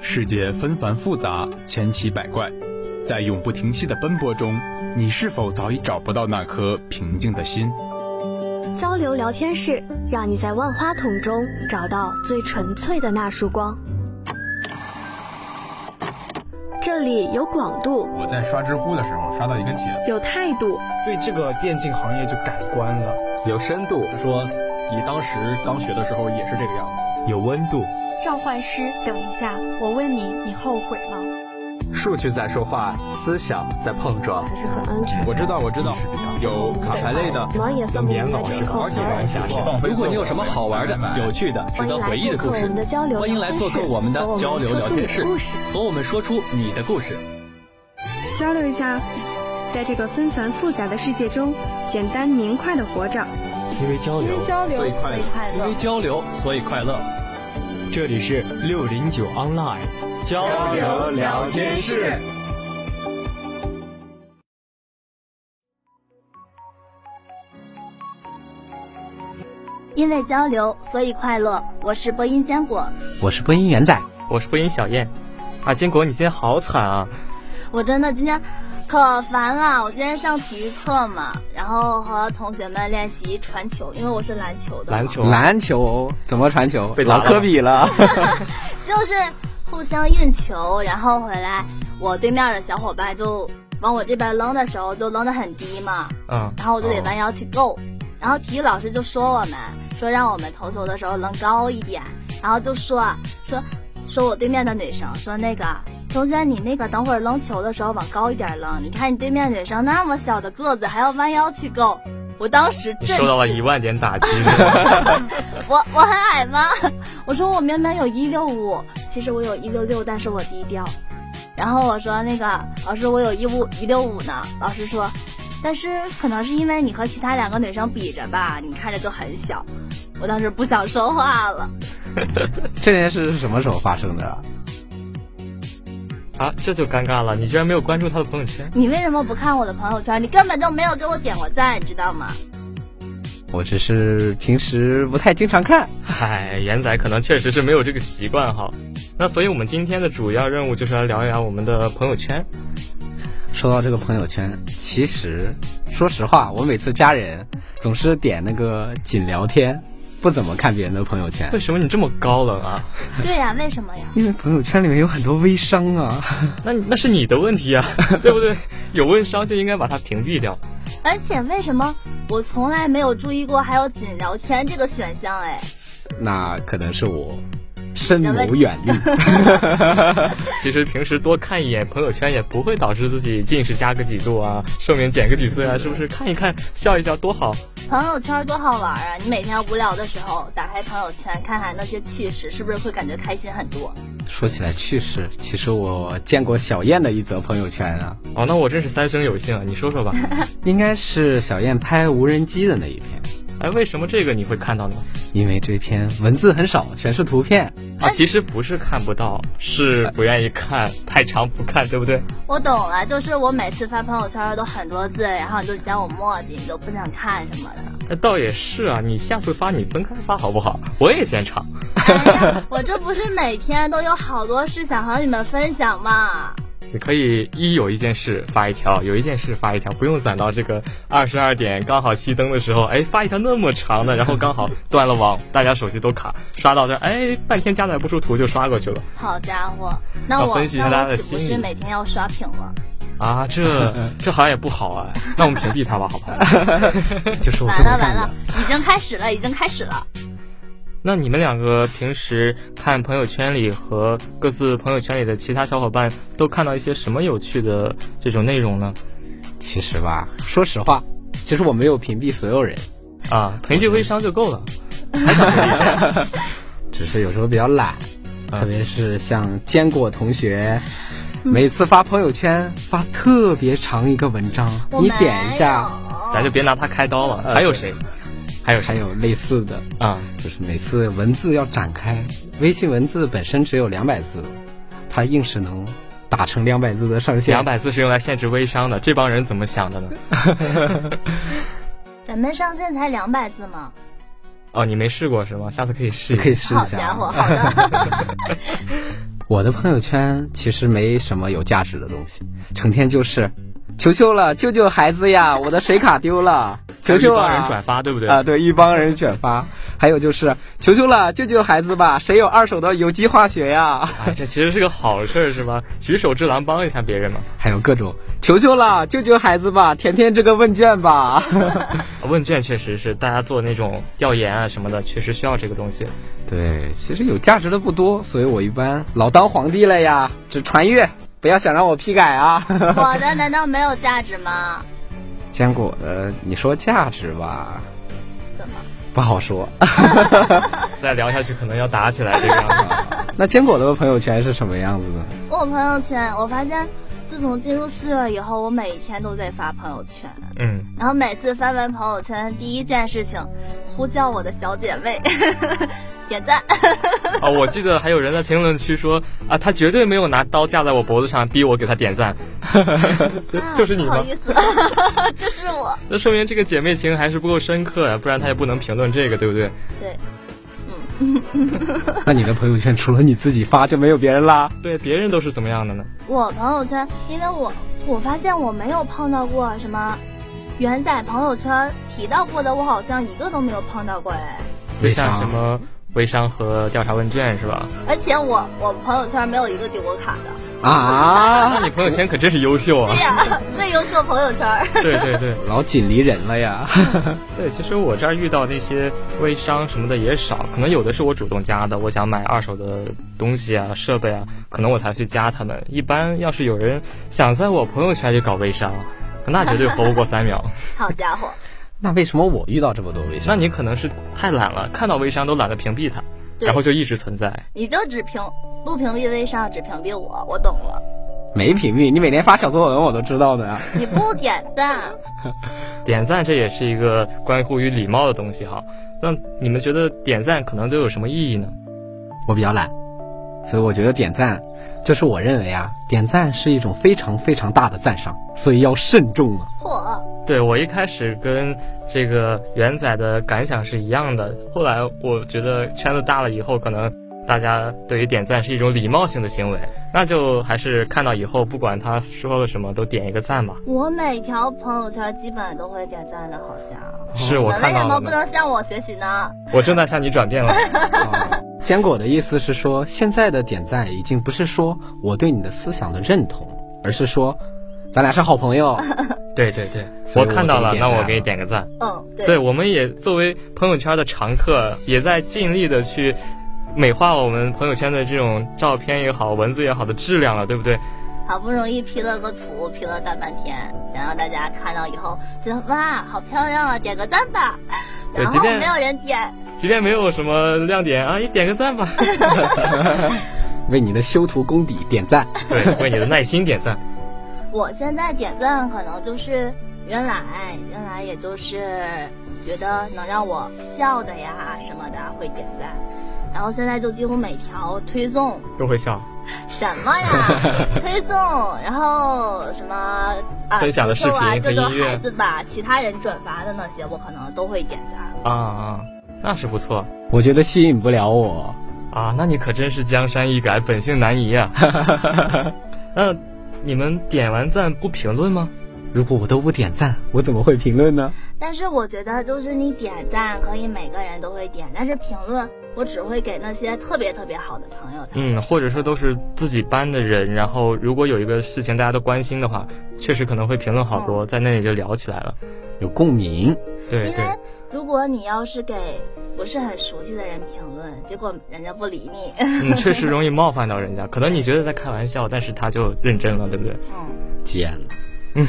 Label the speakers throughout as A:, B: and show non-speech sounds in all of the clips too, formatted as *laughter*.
A: 世界纷繁复杂，千奇百怪，在永不停息的奔波中，你是否早已找不到那颗平静的心？
B: 交流聊天室，让你在万花筒中找到最纯粹的那束光。这里有广度，
C: 我在刷知乎的时候刷到一个帖子，
D: 有态度，
E: 对这个电竞行业就改观了，
F: 有深度，说你当时刚学的时候也是这个样子，
G: 有温度。
H: 召唤师，等一下，我问你，你后悔吗？
F: 数据在说话，思想在碰撞，
B: 还是很安全。
A: 我知道，我知道，有卡牌类的，
B: 网也算
F: 棉袄是好玩一下。如果你有什么好玩的、有趣的、值得回忆的故事，欢迎来做客我们的交流聊天室，和我们说出你的故事，
D: 交流一下，在这个纷繁复杂的世界中，简单明快的活着。
G: 因为交流，
F: 所以快乐；因为交流，所以快乐。
G: 这里是六零九 online
I: 交流聊天室。
J: 因为交流，所以快乐。我是播音坚果，
K: 我是播音元仔，
L: 我是播音小燕。啊，坚果，你今天好惨啊！
J: 我真的今天可烦了。我今天上体育课嘛，然后和同学们练习传球，因为我是篮球的。
L: 篮球，
K: 篮球怎么传球？
L: 被
K: 老科比了。
J: 就是互相运球，然后回来，我对面的小伙伴就往我这边扔的时候，就扔得很低嘛。嗯。然后我就得弯腰去够，嗯、然后体育老师就说我们，说让我们投球的时候扔高一点，然后就说说说我对面的女生说那个。同学，你那个等会儿扔球的时候往高一点扔。你看你对面女生那么小的个子，还要弯腰去够。我当时
L: 受到了一万点打击。
J: 我我很矮吗？ *laughs* 我说我明明有一六五，其实我有一六六，但是我低调。然后我说那个老师，我有一五一六五呢。老师说，但是可能是因为你和其他两个女生比着吧，你看着就很小。我当时不想说话了。
K: 这件事是什么时候发生的、啊？
L: *laughs* 啊，这就尴尬了！你居然没有关注他的朋友圈，
J: 你为什么不看我的朋友圈？你根本就没有给我点过赞，你知道吗？
K: 我只是平时不太经常看。
L: 嗨，元哎仔可能确实是没有这个习惯哈。那所以我们今天的主要任务就是来聊一聊我们的朋友圈。
K: 说到这个朋友圈，其实说实话，我每次加人总是点那个仅聊天。不怎么看别人的朋友圈，
L: 为什么你这么高冷啊？
J: 对呀、啊，为什么呀？
K: 因为朋友圈里面有很多微商啊， *laughs*
L: 那那是你的问题啊， *laughs* 对不对？有微商就应该把它屏蔽掉。
J: 而且为什么我从来没有注意过还有仅聊天这个选项？哎，
K: 那可能是我深谋远虑。 *laughs*
L: 其实平时多看一眼朋友圈也不会导致自己近视加个几度啊，寿命减个几岁啊，是不是？看一看，笑一笑，多好。
J: 朋友圈多好玩啊！你每天无聊的时候打开朋友圈看看那些趣事，是不是会感觉开心很多？
K: 说起来趣事，其实我见过小燕的一则朋友圈啊。
L: 哦，那我真是三生有幸啊！你说说吧，
K: 应该是小燕拍无人机的那一篇。
L: 哎，为什么这个你会看到呢？
K: 因为这篇文字很少，全是图片
L: 啊。其实不是看不到，是不愿意看，太长不看，对不对？
J: 我懂了，就是我每次发朋友圈都很多字，然后你就嫌我墨迹，你就不想看什么的。
L: 那倒也是啊，你下次发你分开发好不好？我也嫌长。
J: 哎
L: *laughs*
J: 呀，我这不是每天都有好多事想和你们分享吗？
L: 你可以一有一件事发一条，有一件事发一条，不用攒到这个二十二点刚好熄灯的时候，哎，发一条那么长的，然后刚好断了网，大家手机都卡，刷到这，哎，半天加载不出图就刷过去了。
J: 好家伙，那
L: 啊
J: 我
L: 分析一下大家的
J: 心理，不是每天要刷屏了？
L: 啊，这这好像也不好啊，那我们屏蔽他吧，好不好？
K: 就是
J: 完了完了，已经开始了，已经开始了。
L: 那你们两个平时看朋友圈里和各自朋友圈里的其他小伙伴都看到一些什么有趣的这种内容呢？
K: 其实吧，说实话，其实我没有屏蔽所有人，
L: 啊，屏蔽微商就够了。
K: 只是有时候比较懒，
L: 嗯
K: 特别是像坚果同学，每次发朋友圈发特别长一个文章，你点一下，
L: 咱就别拿他开刀了。还有谁？还有
K: 还有类似的
L: 啊，
K: 就是每次文字要展开，微信文字本身只有两百字，它硬是能打成两百字的上限。
L: 两百字是用来限制微商的，这帮人怎么想 *laughs* 的呢？
J: 咱们上限才两百字吗？
L: 哦，你没试过是吗？下次可以试 *laughs*
K: 一，可以试一
J: 好
K: 下。
J: 家伙，好的。
K: 我的朋友圈其实没什么有价值的东西，成天就是求求了，救救孩子呀！我的水卡
L: *laughs*
K: 丢了，求求
L: 啊！一帮人转发，对不对？
K: 啊，对，一帮人转发。还有就是求求了，救救孩子吧！谁有二手的有机化学呀？ *laughs*
L: 哎，这其实是个好事儿，是吧？举手之劳，帮一下别人嘛。
K: 还有各种求求了，救救孩子吧！填填这个问卷吧。 *laughs*
L: 问卷确实是大家做那种调研啊什么的，确实需要这个东西。
K: 对，其实有价值的不多，所以我一般老当皇帝了呀，只传阅，不要想让我批改啊。 *laughs*
J: 我的难道没有价值吗？
K: 坚果的，你说价值吧？
J: 怎么？
K: 不好说。
L: 再聊下去可能要打起来这个样 *laughs* 子。
K: 那坚果的朋友圈是什么样子呢？
J: 我朋友圈，我发现。自从进入四月以后，我每天都在发朋友圈，
L: 嗯，
J: 然后每次发完朋友圈，第一件事情呼叫我的小姐妹 *laughs* 点赞。
L: 哦，我记得还有人在评论区说啊，他绝对没有拿刀架在我脖子上逼我给他点赞，就是你吗？
J: 啊不好意思， *laughs* 就是我。
L: 那说明这个姐妹情还是不够深刻呀、啊，不然他也不能评论这个，对不对？
J: 对。
K: 那你的朋友圈除了你自己发就没有别人啦？
L: 对，别人都是怎么样的呢？
J: 我朋友圈，因为我我发现我没有碰到过什么原在朋友圈提到过的，我好像一个都没有碰到过哎。
L: 就像什么微商和调查问卷是吧？
J: 而且我我朋友圈没有一个丢过卡的
K: 啊！
L: *laughs* 那你朋友圈可真是优秀
J: 啊！对呀、 *laughs* 啊，最优秀朋友圈。
L: 对对对，
K: 老紧离人了呀。
L: 对，其实我这儿遇到那些微商什么的也少，可能有的是我主动加的，我想买二手的东西啊、设备啊，可能我才去加他们。一般要是有人想在我朋友圈里搞微商，那绝对活不过三 *laughs* 秒。
J: *laughs* 好家伙！
K: 那为什么我遇到这么多微商？
L: 那你可能是太懒了，看到微商都懒得屏蔽它，然后就一直存在。
J: 你就只屏不屏蔽微商，只屏蔽我，我懂了。
K: 没屏蔽，你每天发小作文我都知道的呀。
J: 你不点赞，
L: 点赞这也是一个关乎于礼貌的东西哈。那你们觉得点赞可能都有什么意义呢？
K: 我比较懒，所以我觉得点赞，就是我认为啊，点赞是一种非常非常大的赞赏，所以要慎重啊。 *laughs*
J: 嚯！
L: 对我一开始跟这个元仔的感想是一样的，后来我觉得圈子大了以后，可能。大家对于点赞是一种礼貌性的行为，那就还是看到以后，不管他说了什么，都点一个赞吧。
J: 我每条朋友圈基本都会点赞的，好像
L: 是我看到
J: 为什么不能向我学习呢？
L: 我正在向你转变了。
K: 坚果的意思是说，现在的点赞已经不是说我对你的思想的认同，而是说。咱俩是好
L: *laughs*
K: 朋友，
L: 对对对，我看到了，那我给你点个赞。
J: 嗯，对，
L: 对我们也作为朋友圈的常客，也在尽力的去美化我们朋友圈的这种照片也好、文字也好的质量了，对不对？
J: 好不容易 P 了个图，P 了大半天，想让大家看到以后觉得哇，好漂亮啊，点个赞吧。然后没有人点，
L: 即便没有什么亮点啊，也点个赞吧。
K: 为你的修图功底点赞，
L: *laughs* 对，为你的耐心点赞。
J: 我现在点赞可能就是原来原来也就是觉得能让我笑的呀什么的会点赞，然后现在就几乎每条推送
L: 都会笑，
J: 什么
L: *laughs*
J: 呀推送，然后什么啊
L: 分享的视频
J: 啊，救救孩子吧，其他人转发的那些我可能都会点赞
L: 啊啊，那是不错，
K: 我觉得吸引不了我
L: 啊，那你可真是江山易改本性难移啊， *laughs* 那。你们点完赞不评论吗？
K: 如果我都不点赞，我怎么会评论呢？
J: 但是我觉得，就是你点赞可以每个人都会点，但是评论我只会给那些特别特别好的朋友才。
L: 嗯，或者说都是自己班的人，然后如果有一个事情大家都关心的话，确实可能会评论好多，嗯、在那里就聊起来了，
K: 有共鸣。
L: 对对。
J: 如果你要是给不是很熟悉的人评论，结果人家不理你， *laughs*
L: 你嗯、确实容易冒犯到人家。可能你觉得在开玩笑，但是他就认真了，对不对？
J: 嗯，
K: 贱了。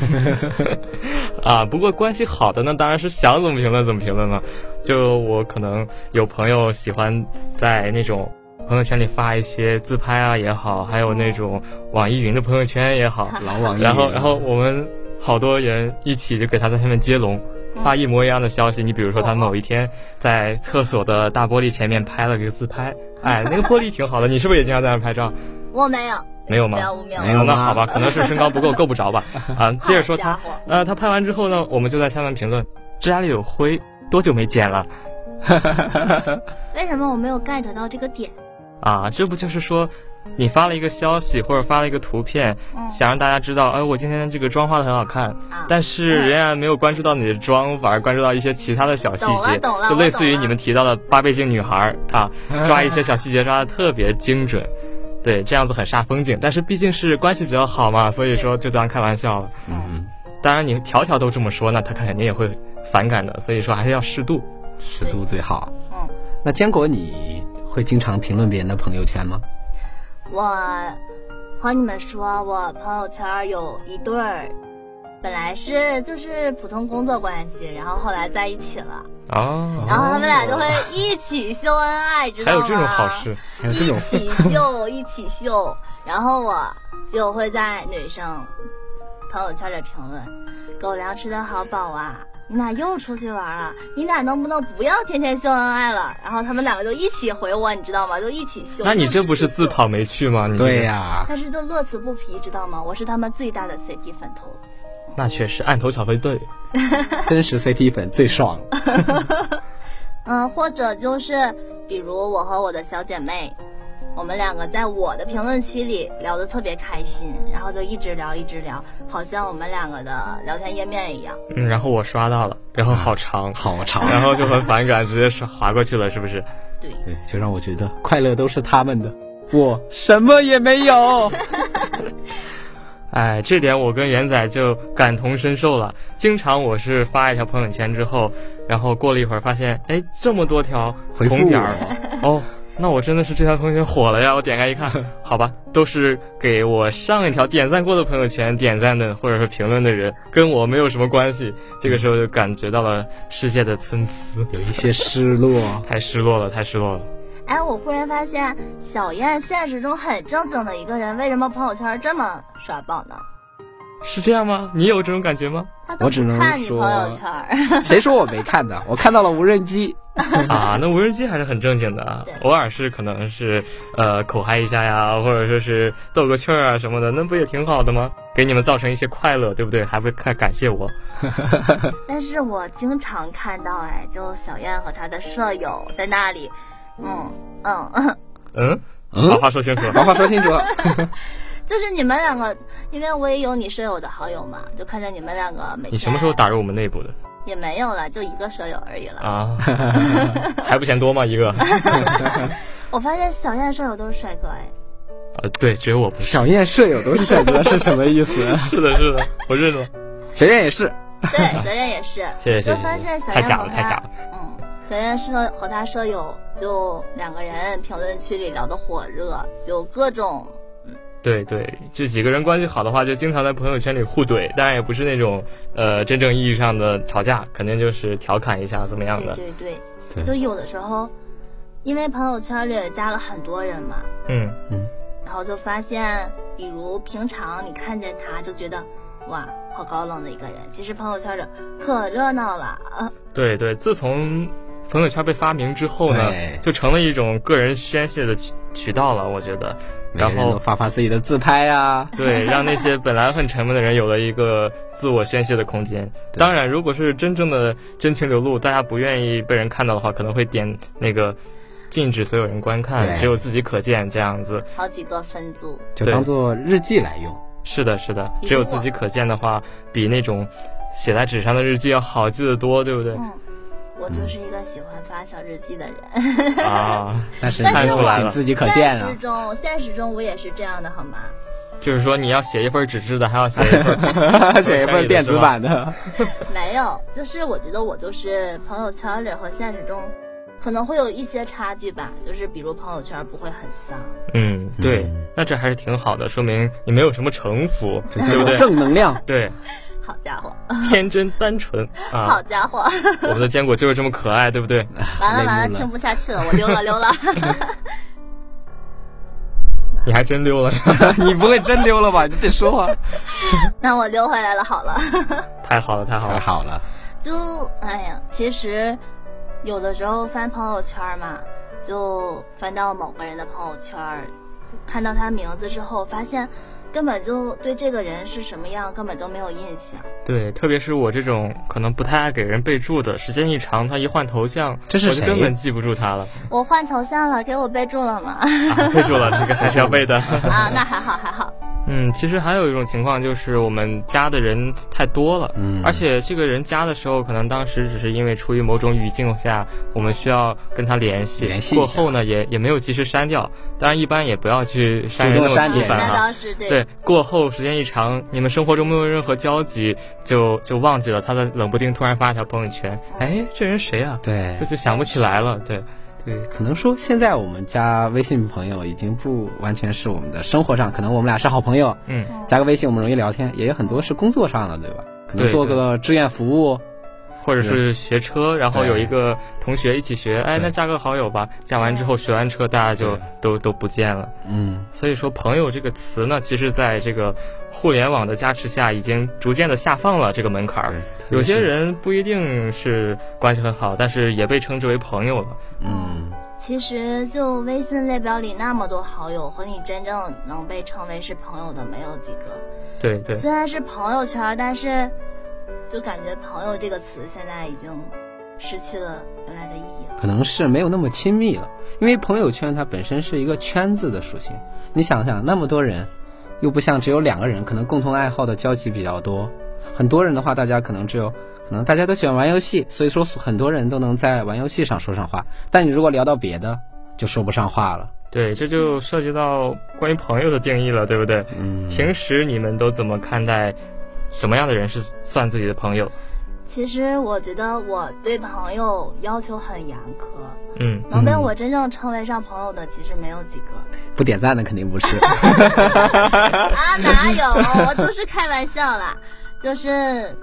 L: *laughs* 啊，不过关系好的那当然是想怎么评论怎么评论了。就我可能有朋友喜欢在那种。朋友圈里发一些自拍啊也好，还有那种网易云的朋友圈也好，
K: 老网易。
L: 然后，然后我们好多人一起就给他在上面接龙，
J: 嗯
L: 发一模一样的消息。你比如说，他某一天在厕所的大玻璃前面拍了个自拍，哎，那个玻璃挺好的。你是不是也经常在那拍照？
J: 我没有。
L: 没有吗？
J: 没有啊
L: 那好吧，可能是身高不够，够不着
J: *laughs*
L: 吧。啊，接着说他，呃，他拍完之后呢，我们就在下面评论：家里有灰，多久没剪了？
J: 为什么我没有 get 到这个点？
L: 啊，这不就是说，你发了一个消息或者发了一个图片，嗯、想让大家知道，哎，我今天这个妆化的很好看，啊、但是仍然没有关注到你的妆，反而关注到一些其他的小细节，就类似于你们提到的八倍镜女孩啊，抓一些小细节抓的特别精准，对，这样子很煞风景。但是毕竟是关系比较好嘛，所以说就当开玩笑了。嗯，当然你条条都这么说，那他肯定也会反感的，所以说还是要适度，
K: 适度最好。嗯，那坚果你会经常评论别人的朋友圈吗？
J: 我和你们说，我朋友圈有一对儿，本来是就是普通工作关系，然后后来在一起了。哦。然后他们俩就会一起秀恩爱，知道
L: 啊吗？还有这种好事，还有这种。
J: 一起秀，一起秀，然后我就会在女生朋友圈里评论：“狗粮吃的好饱啊，你俩又出去玩了，你俩能不能不要天天秀恩爱了？”然后他们两个就一起回我，你知道吗？就一起
L: *laughs*
J: 秀。
L: 那你这不是自讨没趣吗？你
K: 对呀、啊。
J: 但是就乐此不疲，知道吗？我是他们最大的 CP 粉头子。
L: 那确实，按头小分队，
K: 真实 CP 粉最爽。
J: 嗯，或者就是比如我和我的小姐妹，我们两个在我的评论区里聊得特别开心，然后就一直聊一直聊，好像我们两个的聊天页面一样。
L: 嗯，然后我刷到了，然后好长
K: 好长，
L: 然后就很反感，直接是划过去了，是不是？
J: 对
K: 对，就让我觉得快乐都是他们的，我什么也没有。
L: 哎，这点我跟元仔就感同身受了。经常我是发一条朋友圈之后，然后过了一会儿发现，哎，这么多条红点儿， *laughs* 哦，那我真的是这条朋友圈火了呀！我点开一看，好吧，都是给我上一条点赞过的朋友圈点赞的，或者是评论的人，跟我没有什么关系。这个时候就感觉到了世界的参差，
K: 有一些失落，
L: 太失落了，太失落了。
J: 哎，我忽然发现小燕现实中很正经的一个人，为什么朋友圈这么刷爆呢？
L: 是这样吗？你有这种感觉吗？
K: 我只能
J: 看你朋友圈。
K: 谁说我没看的？我看到了无人机。
L: 啊，那无人机还是很正经的，啊偶尔是可能是呃口嗨一下呀，或者说是逗个趣儿啊什么的，那不也挺好的吗？给你们造成一些快乐，对不对？还不看感谢我。
J: *laughs* 但是我经常看到，哎，就小燕和她的舍友在那里。嗯嗯嗯
L: 嗯，把、嗯、话说清楚，
K: *laughs* 把话说清楚。
J: 就是你们两个，因为我也有你舍友的好友嘛，就看见你们两个每天。
L: 你什么时候打入我们内部的？
J: 也没有了，就一个舍友而已了。
L: 啊， *laughs* 还不嫌多吗？一
J: *laughs*
L: 个。
J: 我发现小燕舍友都是帅哥
L: *laughs*
J: 哎。
L: 啊，对，只有我不是。
K: 小燕舍友都是帅哥是什么
L: *laughs*
K: 意思？
L: 是的，是的，我认了。
K: 小燕也是。
J: 对，小燕也是。
L: 谢谢谢谢。
J: 就发现小
L: 燕太假了，太假了。
J: 嗯。小燕舍和他舍友就两个人评论区里聊得火热，就各种，
L: 对对，这几个人关系好的话，就经常在朋友圈里互怼，当然也不是那种呃真正意义上的吵架，肯定就是调侃一下怎么样的。
J: 对对对，就有的时候，因为朋友圈里加了很多人嘛，
L: 嗯嗯，
J: 然后就发现，比如平常你看见他就觉得。哇，好高冷的一个人！其实朋友圈里可热闹了啊。
L: 对对，自从朋友圈被发明之后呢，就成了一种个人宣泄的渠渠道了。我觉得，然后
K: 发发自己的自拍啊，
L: *laughs* 对，让那些本来很沉闷的人有了一个自我宣泄的空间。当然，如果是真正的真情流露，大家不愿意被人看到的话，可能会点那个。禁止所有人观看，只有自己可见这样子。
J: 好几个分组，
K: 就当做日记来用。
L: 是的，是的，只有自己可见的话，比那种写在纸上的日记要好记得多，对不对？
J: 嗯，我就是一个喜欢发小日记的人。
L: 啊，
K: 但是
L: 看出来了，
K: 自己可见
J: 啊。现实中，现实中我也是这样的，好吗？
L: 就是说，你要写一份纸质的，还要写一 *laughs*
K: *laughs*
L: 份嗯
K: 写一份电子版 *laughs* 的。
J: 没有，就是我觉得我就是朋友圈里和现实中。可能会有一些差距吧，就是比如朋友圈不会很丧。
L: 嗯，对，那这还是挺好的，说明你没有什么城府，对不对？
K: 正能量，
L: *laughs* 对。
J: 好家伙，
L: 天真单纯啊！
J: 好家伙，
L: *laughs* 我们的坚果就是这么可爱，对不 *laughs* 对？
J: 完了完了，听不下去了，我溜了溜了。 *laughs*
L: 你还真溜了， *laughs*
K: 你不会真溜了吧？你得说话。
J: 那我溜回来了，好了。
L: 太好了，太好了，
K: 好了。
J: 就哎呀，其实。有的时候翻朋友圈嘛，就翻到某个人的朋友圈，看到他名字之后，发现根本就对这个人是什么样根本都没有印象。
L: 对，特别是我这种可能不太爱给人备注的，时间一长，他一换头像，
K: 这是
L: 我就根本记不住他 *laughs* 了。
J: 我换头像了，给我备注了吗？ *laughs*
L: 啊、备注了，这个还是要备 *laughs* 的。
J: 啊，那还好，还好。
L: 嗯，其实还有一种情况就是我们加的人太多了，嗯，而且这个人加的时候，可能当时只是因为出于某种语境下，我们需要跟他联系，
K: 联系
L: 过后呢，也也没有及时删掉。当然，一般也不要去删人那么
J: 嗯
L: 频繁啊
J: 哈。
L: 对,对，过后时间一长，你们生活中没有任何交集，就就忘记了他的冷不丁突然发一条朋友圈，哎，这人谁啊？
K: 对，
L: 就就想不起来了，对。
K: 对，可能说现在我们加微信朋友已经不完全是我们的生活上，可能我们俩是好朋友，
L: 嗯，
K: 加个微信我们容易聊天，也有很多是工作上的，对吧？可能做个志愿服务，
L: 或者是学车，然后有一个同学一起学，哎，那加个好友吧。加完之后学完车，大家就都都不见了，
K: 嗯。
L: 所以说“朋友”这个词呢，其实在这个互联网的加持下，已经逐渐的下放了这个门槛儿。有些人不一定是关系很好，但是也被称之为朋友了。
K: 嗯，
J: 其实就微信列表里那么多好友，和你真正能被称为是朋友的没有几个。
L: 对对，
J: 虽然是朋友圈，但是就感觉“朋友”这个词现在已经失去了原来的意义了。
K: 可能是没有那么亲密了，因为朋友圈它本身是一个圈子的属性。你想想，那么多人，又不像只有两个人，可能共同爱好的交集比较多。很多人的话，大家可能只有，可能大家都喜欢玩游戏，所以说很多人都能在玩游戏上说上话。但你如果聊到别的，就说不上话了。
L: 对，这就涉及到关于朋友的定义了，对不对？
K: 嗯。
L: 平时你们都怎么看待什么样的人是算自己的朋友？
J: 其实我觉得我对朋友要求很严苛。
L: 嗯。
J: 能被我真正称为上朋友的，其实没有几
L: *laughs*
J: 个。
K: 不点赞的肯定不是。
J: 啊，哪有？我就是开玩笑啦。就是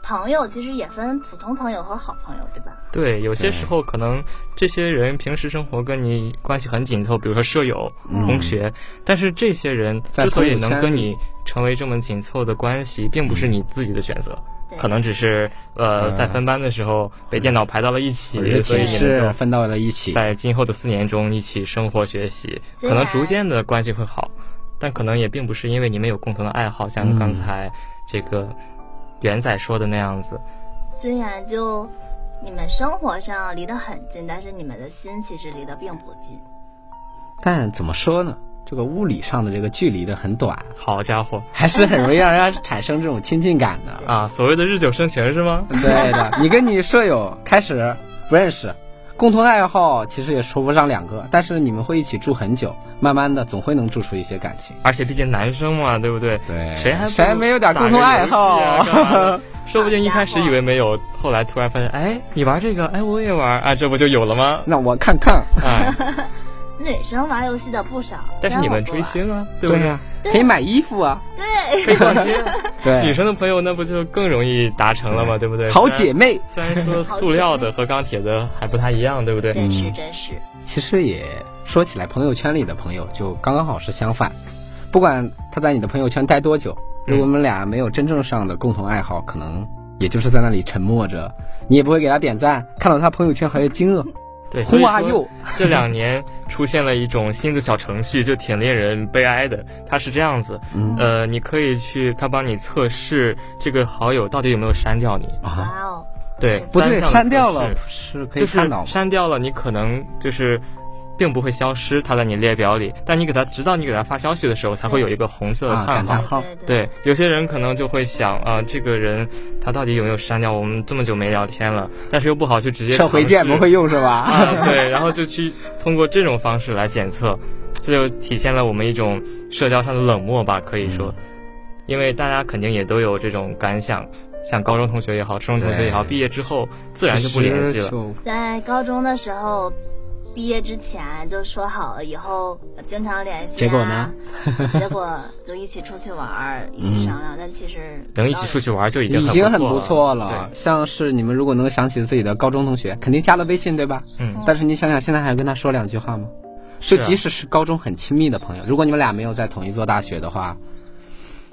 J: 朋友，其实也分普通朋友和好朋友，对吧？
L: 对，有些时候可能这些人平时生活跟你关系很紧凑，比如说舍友、
K: 嗯、
L: 同学，但是这些人之所以能跟你成为这么紧凑的关系，并不是你自己的选择，
J: 嗯、
L: 可能只是呃在分班的时候被电脑排到了一起，
K: 嗯、
L: 所以你们就
K: 分到了一起，
L: 在今后的四年中一起生活学习，可能逐渐的关系会好，但可能也并不是因为你们有共同的爱好，像刚才。这个元仔说的那样子，
J: 虽然就你们生活上离得很近，但是你们的心其实离得并不近。
K: 但怎么说呢？这个物理上的这个距离的很短，
L: 好家伙，
K: 还是很容易让人家产生这种亲近感的
L: 啊！所谓的日久生情是吗？
K: *laughs* 对的，你跟你舍友开始不认识，共同爱好其实也说不上两个，但是你们会一起住很久，慢慢的总会能住出一些感情。
L: 而且毕竟男生嘛，对不对？
K: 对，
L: 谁还
K: 谁没有点共同爱好、
L: 啊？ *laughs* 说不定一开始以为没有，后来突然发现，哎，你玩这个，哎，我也玩啊，这不就有了吗？
K: 让我看看 *laughs*
L: 啊！
J: 女生玩游戏的不少，
L: 但是你们追星啊，对不
K: 对
L: 呀？
K: 可以买衣服啊，
J: 对，
L: 可以逛街。
K: 对，
L: 女生的朋友那不就更容易达 *laughs* 成了吗？对不对？
K: 好姐妹，
L: 虽然说塑料的和钢铁的还不太一样，对不对？
J: 真是真是。
K: 其实也说起来，朋友圈里的朋友就刚刚好是相反，不管他在你的朋友圈待多久。如果我们俩没有真正上的共同爱好，可能也就是在那里沉默着，你也不会给他点赞，看到他朋友圈还会惊愕。
L: 对，
K: 呼啊又，
L: *laughs* 这两年出现了一种新的小程序，就挺令人悲哀的。它是这样子，
K: 嗯、
L: 呃，你可以去，它帮你测试这个好友到底有没有删掉你。
K: 啊
J: 哦，
L: 对，
K: 不对，删掉了
L: 是
K: 可以看到，
L: 就是删掉了，你可能就是。并不会消失，它在你列表里，但你给它，直到你给它发消息的时候，才会有一个红色的
K: 啊
L: 叹号。
K: 号
L: 对，有些人可能就会想啊、呃，这个人他到底有没有删掉？我们这么久没聊天了，但是又不好去直接
K: 撤回键不会用是吧？
L: 啊，对，然后就去通过这种方式来检测，这就体现了我们一种社交上的冷漠吧，可以说，
K: 嗯、
L: 因为大家肯定也都有这种感想。像高中同学也好，初中同学也好，毕业之后自然就不联系
K: *laughs*
L: 了。
J: 在高中的时候。毕业之前就说好了，以后呃经常联系、
K: 啊。结果
J: *laughs*
K: 呢？
J: 结果就一起出去玩，一起商量。嗯、但其实
L: 能一起出去玩就
K: 已
L: 经已
K: 经很
L: 不
K: 错了。像是你们如果能想起自己的高中同学，肯定加了微信对吧？
L: 嗯。啊
K: 但是你想想，现在还跟他说两句话吗？就即使是高中很亲密的朋友，如果你们俩没有在同一座大学的话，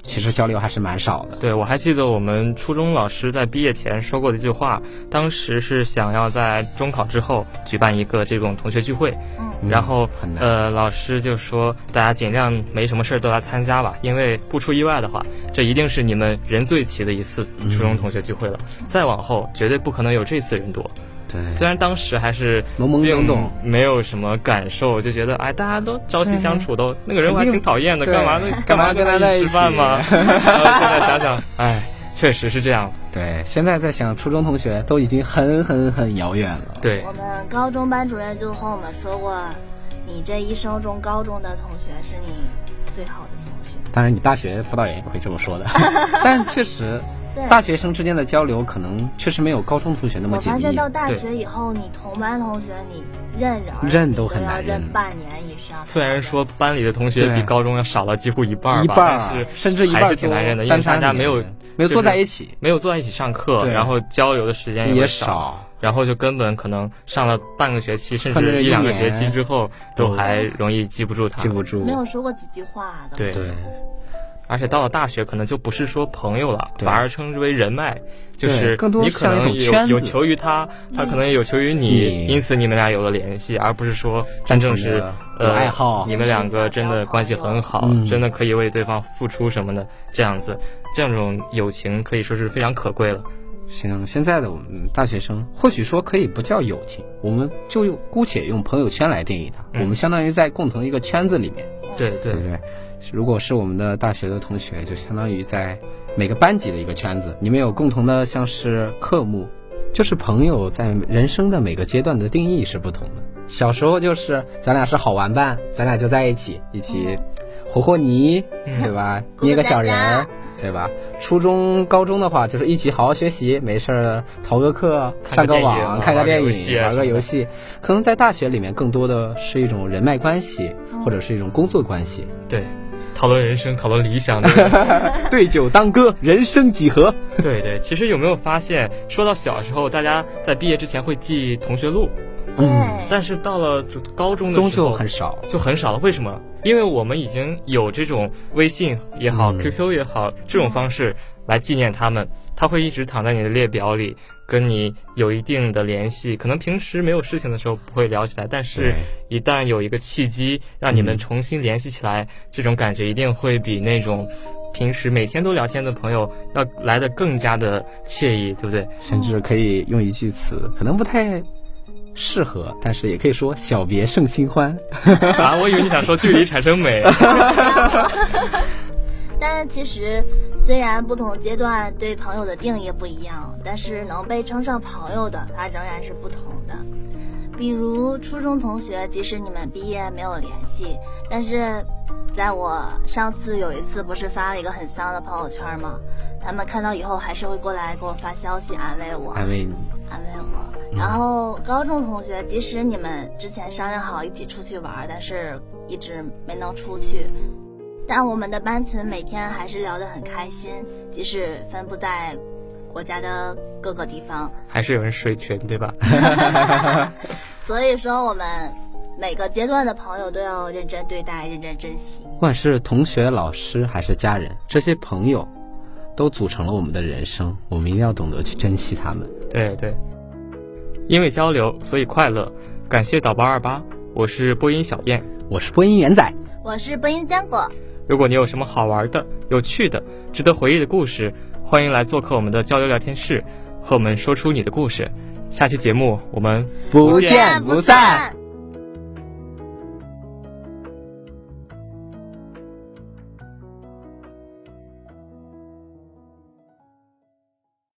K: 其实交流还是蛮少的。
L: 对，我还记得我们初中老师在毕业前说过的一句话，当时是想要在中考之后举办一个这种同学聚会，
K: 嗯、
L: 然后、
K: 嗯、
L: 呃老师就说大家尽量没什么事儿都来参加吧，因为不出意外的话，这一定是你们人最齐的一次初中同学聚会了。嗯、再往后绝对不可能有这次人多。
K: 对，
L: 虽然当时还是
K: 懵懵懂懂，
L: 没有什么感受，就觉得哎，大家都朝夕相处
K: 嗯
L: 都，都那个人我还挺讨厌的，干嘛
K: 干
L: 嘛
K: 跟
L: 他
K: 在
L: 一起吃饭嘛？现 *laughs* 在想想，哎，确实是这样。
K: 对，现在在想初中同学都已经很很很遥远了。
L: 对，
J: 我们高中班主任就和我们说过，你这一生中高中的同学是你最好的同学。
K: 当然，你大学辅导员也会这
J: *laughs*
K: 么说的，但确实。大学生之间的交流可能确实没有高中同学那么紧密。
J: 我发现到大学以后，你同班同学你认人，
K: 认都很难
J: 认半年以上。
L: 虽然说班里的同学比高中要少了几乎一半
K: 吧，
L: 半但是
K: 啊甚至一半
L: 还是挺难认的，因为大家没有
K: 没有坐在一起，
L: 没有坐在一起上课，然后交流的时间
K: 也
L: 少。然后就根本可能上了半个学期，甚至一两个学期之后，都还容易记不住他，
K: 记不住，
J: 没有说过几句话的。
L: 对。
K: 对
L: 而且到了大学，可能就不是说朋友了，反而称之为人脉，就是
K: 更多
L: 你可能有有求于他，他可能有求于
K: 嗯你，
L: 因此你们俩有了联系，而不是说真正是呃
K: 爱好，嗯
L: 你们两个真的关系很好，真的可以为对方付出什么的这样子，这种友情可以说是非常可贵了。
K: 像现在的我们大学生，或许说可以不叫友情，我们就用姑且用朋友圈来定义
L: 嗯
K: 它，我们相当于在共同一个圈子里面，
L: 对
K: 对不对？如果是我们的大学的同学，就相当于在每个班级的一个圈子，你们有共同的像是科目，就是朋友在人生的每个阶段的定义是不同的。小时候就是咱俩是好玩伴，咱俩就在一起，一起和和泥，对吧？捏个小人儿，对吧？初中、高中的话，就是一起好好学习，没事儿逃个课，上个网，看
L: 个
K: 电
L: 影，
K: 玩
L: 个
K: 游戏。可能在大学里面，更多的是一种人脉关系，或者是一种工作关 *laughs* 系。
L: 对。讨论人生，讨论理想，对
K: *laughs* 对酒当歌，人生几何？
L: 对对，其实有没有发现，说到小时候，大家在毕业之前会记同学录，
K: 嗯，
L: 但是到了高中的时
K: 候很少，
L: 就很少了。为什么？因为我们已经有这种微信也好、
K: 嗯、
L: QQ 也好这种方式来纪念他们，他会一直躺在你的列表里。跟你有一定的联系，可能平时没有事情的时候不会聊起来，但是一旦有一个契机让你们重新联系起来，
K: 嗯、
L: 这种感觉一定会比那种平时每天都聊天的朋友要来的更加的惬意，对不对？
K: 甚至可以用一句词，可能不太适合，但是也可以说“小别胜新欢” *laughs*
L: 啊，我以为你想说“距离产生美”
J: 但其实，虽然不同阶段对朋友的定义不一样，但是能被称上朋友的，它仍然是不同的。比如初中同学，即使你们毕业没有联系，但是在我上次有一次不是发了一个很丧的朋友圈吗？他们看到以后还是会过来给我发消息安慰我，
K: 安慰你，
J: 安慰我。然后高中同学，即使你们之前商量好一起出去玩，但是一直没能出去。但我们的班群每天还是聊得很开心，即使分布在国家的各个地方，
L: 还是有人水群，对吧？
J: 所以说，我们每个阶段的朋友都要认真对待，认真珍惜。
K: 不管是同学、老师还是家人，这些朋友都组成了我们的人生，我们一定要懂得去珍惜他们。
L: 对对，因为交流，所以快乐。感谢导播二八，我是播音小燕，
K: 我是播音元仔，
J: 我是播音坚果。
L: 如果你有什么好玩的、有趣的、值得回忆的故事，欢迎来做客我们的交流聊天室，和我们说出你的故事。下期节目我们
K: 不见不散。